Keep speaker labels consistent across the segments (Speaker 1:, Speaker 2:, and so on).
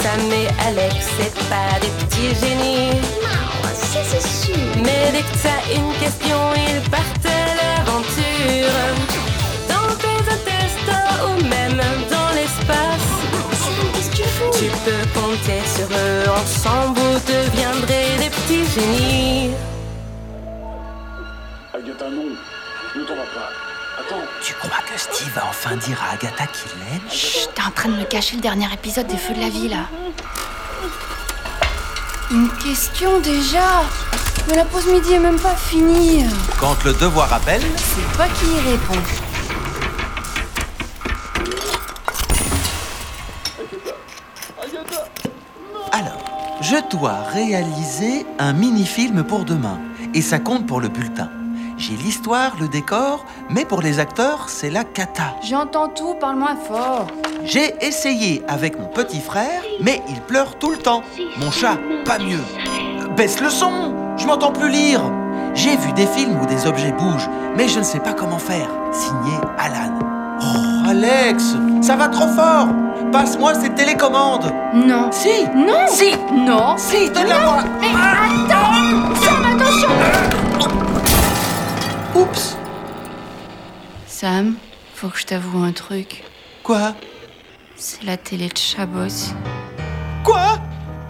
Speaker 1: Sam et Alex, c'est pas des petits génies.
Speaker 2: Non, ça c'est sûr.
Speaker 1: Mais dès que t'as une question, ils partent à l'aventure. Dans tes hôtels stores ou même dans l'espace,
Speaker 2: Sam, qu'est-ce que tu fous
Speaker 1: tu peux compter sur eux. Ensemble, vous deviendrez des petits génies.
Speaker 3: Agatha, non. Ne t'en va pas. Attends.
Speaker 4: Tu crois que Steve va enfin dire à Agatha qu'il l'aime
Speaker 5: Chut, t'es en train de me cacher le dernier épisode des Feux de la Vie là. Une question déjà Mais la pause midi est même pas finie.
Speaker 4: Quand le devoir appelle,
Speaker 5: C'est toi qui y réponds.
Speaker 4: alors, je dois réaliser un mini-film pour demain. Et ça compte pour le bulletin. J'ai l'histoire, le décor, mais pour les acteurs, c'est la cata.
Speaker 5: J'entends tout, parle moins fort.
Speaker 4: J'ai essayé avec mon petit frère, mais il pleure tout le temps. Mon chat, pas mieux. Euh, Baisse le son, je m'entends plus lire. J'ai vu des films où des objets bougent, mais je ne sais pas comment faire. Signé Alan. Oh, Alex, ça va trop fort. Passe-moi cette télécommande.
Speaker 5: Non.
Speaker 4: Si
Speaker 5: Non
Speaker 4: Si
Speaker 5: Non
Speaker 4: Si, donne-la-moi
Speaker 5: Mais attends Sam, attention
Speaker 4: Oups
Speaker 5: Sam, faut que je t'avoue un truc.
Speaker 4: Quoi
Speaker 5: C'est la télé de Chabos.
Speaker 4: Quoi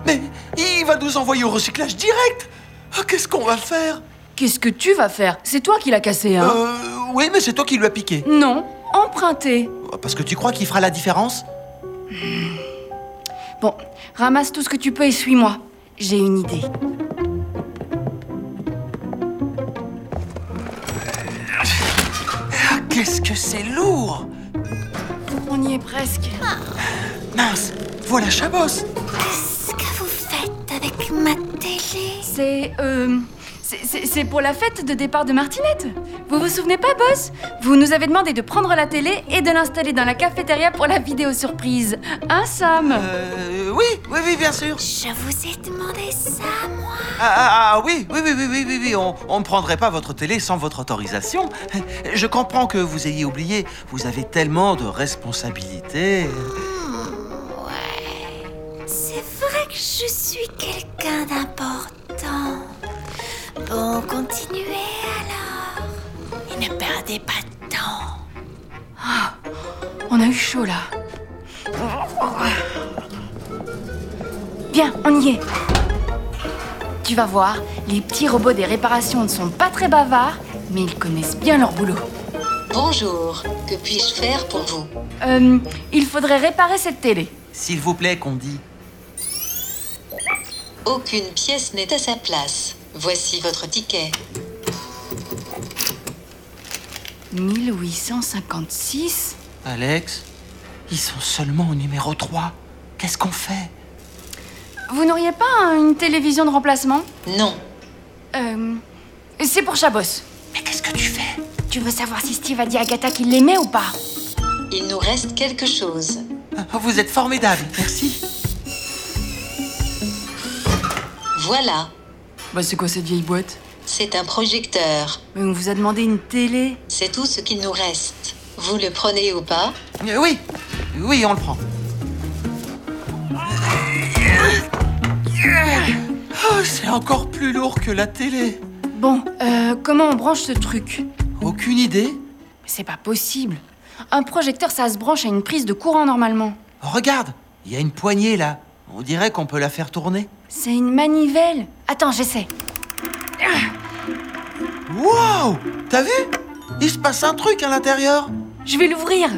Speaker 4: Mais il va nous envoyer au recyclage direct Ah, Qu'est-ce qu'on va faire
Speaker 5: Qu'est-ce que tu vas faire C'est toi qui l'as cassé, hein
Speaker 4: Euh... Oui, mais c'est toi qui lui as piqué.
Speaker 5: Non, emprunté.
Speaker 4: Parce que tu crois qu'il fera la différence
Speaker 5: Bon, ramasse tout ce que tu peux et suis-moi. J'ai une idée.
Speaker 4: Ah, Qu'est-ce que c'est lourd
Speaker 5: On y est presque.
Speaker 4: Mince Voilà Chabos
Speaker 2: Qu'est-ce que vous faites avec ma télé
Speaker 5: C'est. euh, c'est- C'est c'est pour la fête de départ de Martinette. Vous vous souvenez pas, boss Vous nous avez demandé de prendre la télé et de l'installer dans la cafétéria pour la vidéo surprise. Hein, Sam
Speaker 4: Euh... Oui, oui, oui, bien sûr
Speaker 2: Je vous ai demandé ça, moi.
Speaker 4: Ah, ah, ah, oui, oui, oui, oui, oui, oui, oui, on on ne prendrait pas votre télé sans votre autorisation. Je comprends que vous ayez oublié, vous avez tellement de responsabilités...
Speaker 2: C'est vrai que je suis quelqu'un d'important. Bon, continuez alors. Et ne perdez pas de temps.
Speaker 5: On a eu chaud là. Bien, on y est. Tu vas voir, les petits robots des réparations ne sont pas très bavards, mais ils connaissent bien leur boulot.
Speaker 6: Bonjour, que puis-je faire pour vous
Speaker 5: Euh, il faudrait réparer cette télé.
Speaker 4: S'il vous plaît, qu'on dit...
Speaker 6: Aucune pièce n'est à sa place. Voici votre ticket.
Speaker 5: 1856
Speaker 4: Alex, ils sont seulement au numéro 3. Qu'est-ce qu'on fait
Speaker 5: Vous n'auriez pas hein, une télévision de remplacement
Speaker 6: Non,
Speaker 5: Euh, c'est pour Chabos.
Speaker 4: Mais qu'est-ce que tu fais
Speaker 5: Tu veux savoir si Steve a dit à Agatha qu'il l'aimait ou pas
Speaker 6: il nous reste quelque chose.
Speaker 4: Ah, Vous êtes formidable, merci.
Speaker 6: Voilà,
Speaker 5: Bah c'est quoi cette vieille boîte
Speaker 6: c'est un projecteur.
Speaker 5: Mais on vous a demandé une télé.
Speaker 6: C'est tout ce qu'il nous reste. Vous le prenez ou pas
Speaker 4: Euh, Oui, oui, on le prend. Oh, c'est encore plus lourd que la télé.
Speaker 5: Bon, euh, comment on branche ce truc
Speaker 4: Aucune idée
Speaker 5: C'est pas possible. Un projecteur, ça se branche à une prise de courant normalement.
Speaker 4: Oh, Regarde, il y a une poignée là. On dirait qu'on peut la faire tourner.
Speaker 5: C'est une manivelle. Attends, j'essaie.
Speaker 4: Waouh T'as vu Il se passe un truc à l'intérieur.
Speaker 5: Je vais l'ouvrir.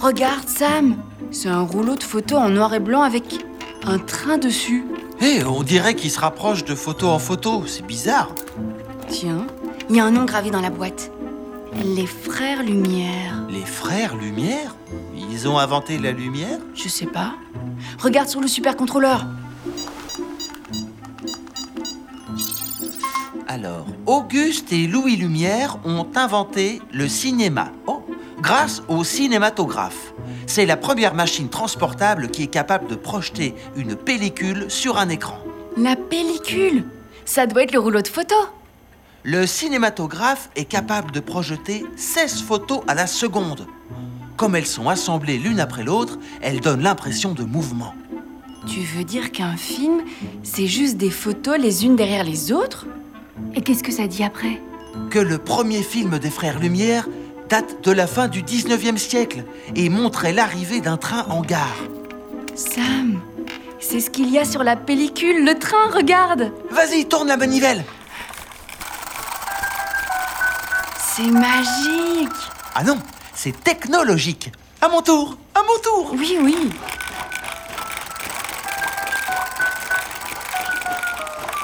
Speaker 5: Regarde, Sam. C'est un rouleau de photos en noir et blanc avec un train dessus.
Speaker 4: Eh, on dirait qu'il se rapproche de photo en photo. C'est bizarre.
Speaker 5: Tiens, il y a un nom gravé dans la boîte. Les frères Lumière.
Speaker 4: Les frères Lumière Ils ont inventé la lumière
Speaker 5: Je sais pas. Regarde sur le supercontrôleur.
Speaker 4: Alors, Auguste et Louis Lumière ont inventé le cinéma. Oh, grâce au cinématographe. C'est la première machine transportable qui est capable de projeter une pellicule sur un écran.
Speaker 5: La pellicule. Ça doit être le rouleau de photos.
Speaker 4: Le cinématographe est capable de projeter 16 photos à la seconde. comme elles sont assemblées l'une après l'autre, elles donnent l'impression de mouvement.
Speaker 5: Tu veux dire qu'un film, c'est juste des photos les unes derrière les autres Et qu'est-ce que ça dit après
Speaker 4: Que le premier film des Frères Lumière date de la fin du 19e siècle et montrait l'arrivée d'un train en gare.
Speaker 5: Sam, c'est ce qu'il y a sur la pellicule, le train, regarde
Speaker 4: Vas-y, tourne la manivelle
Speaker 5: C'est magique
Speaker 4: Ah non, c'est technologique À mon tour À mon tour
Speaker 5: Oui, oui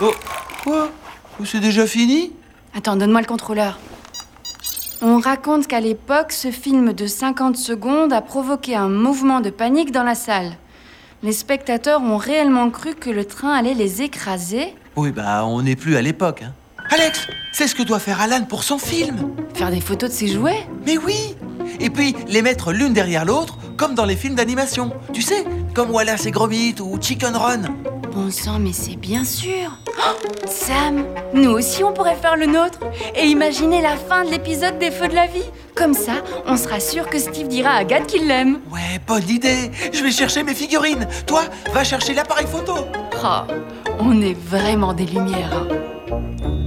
Speaker 4: Oh, quoi Oh, C'est déjà fini
Speaker 5: Attends, donne-moi le contrôleur. On raconte qu'à l'époque, ce film de 50 secondes a provoqué un mouvement de panique dans la salle. Les spectateurs ont réellement cru que le train allait les écraser.
Speaker 4: Oui, bah, on n'est plus à l'époque. hein. Alex, c'est ce que doit faire Alan pour son film
Speaker 5: Faire des photos de ses jouets
Speaker 4: Mais oui Et puis, les mettre l'une derrière l'autre, comme dans les films d'animation. Tu sais, comme Wallace et Gromit ou Chicken Run.
Speaker 5: Bon sang, mais c'est bien sûr Oh, Sam, nous aussi on pourrait faire le nôtre et imaginer la fin de l'épisode des Feux de la Vie. Comme ça, on sera sûr que Steve dira à Agathe qu'il l'aime.
Speaker 4: Ouais, bonne idée Je vais chercher mes figurines Toi, va chercher l'appareil photo
Speaker 5: Oh, on est vraiment des lumières. hein.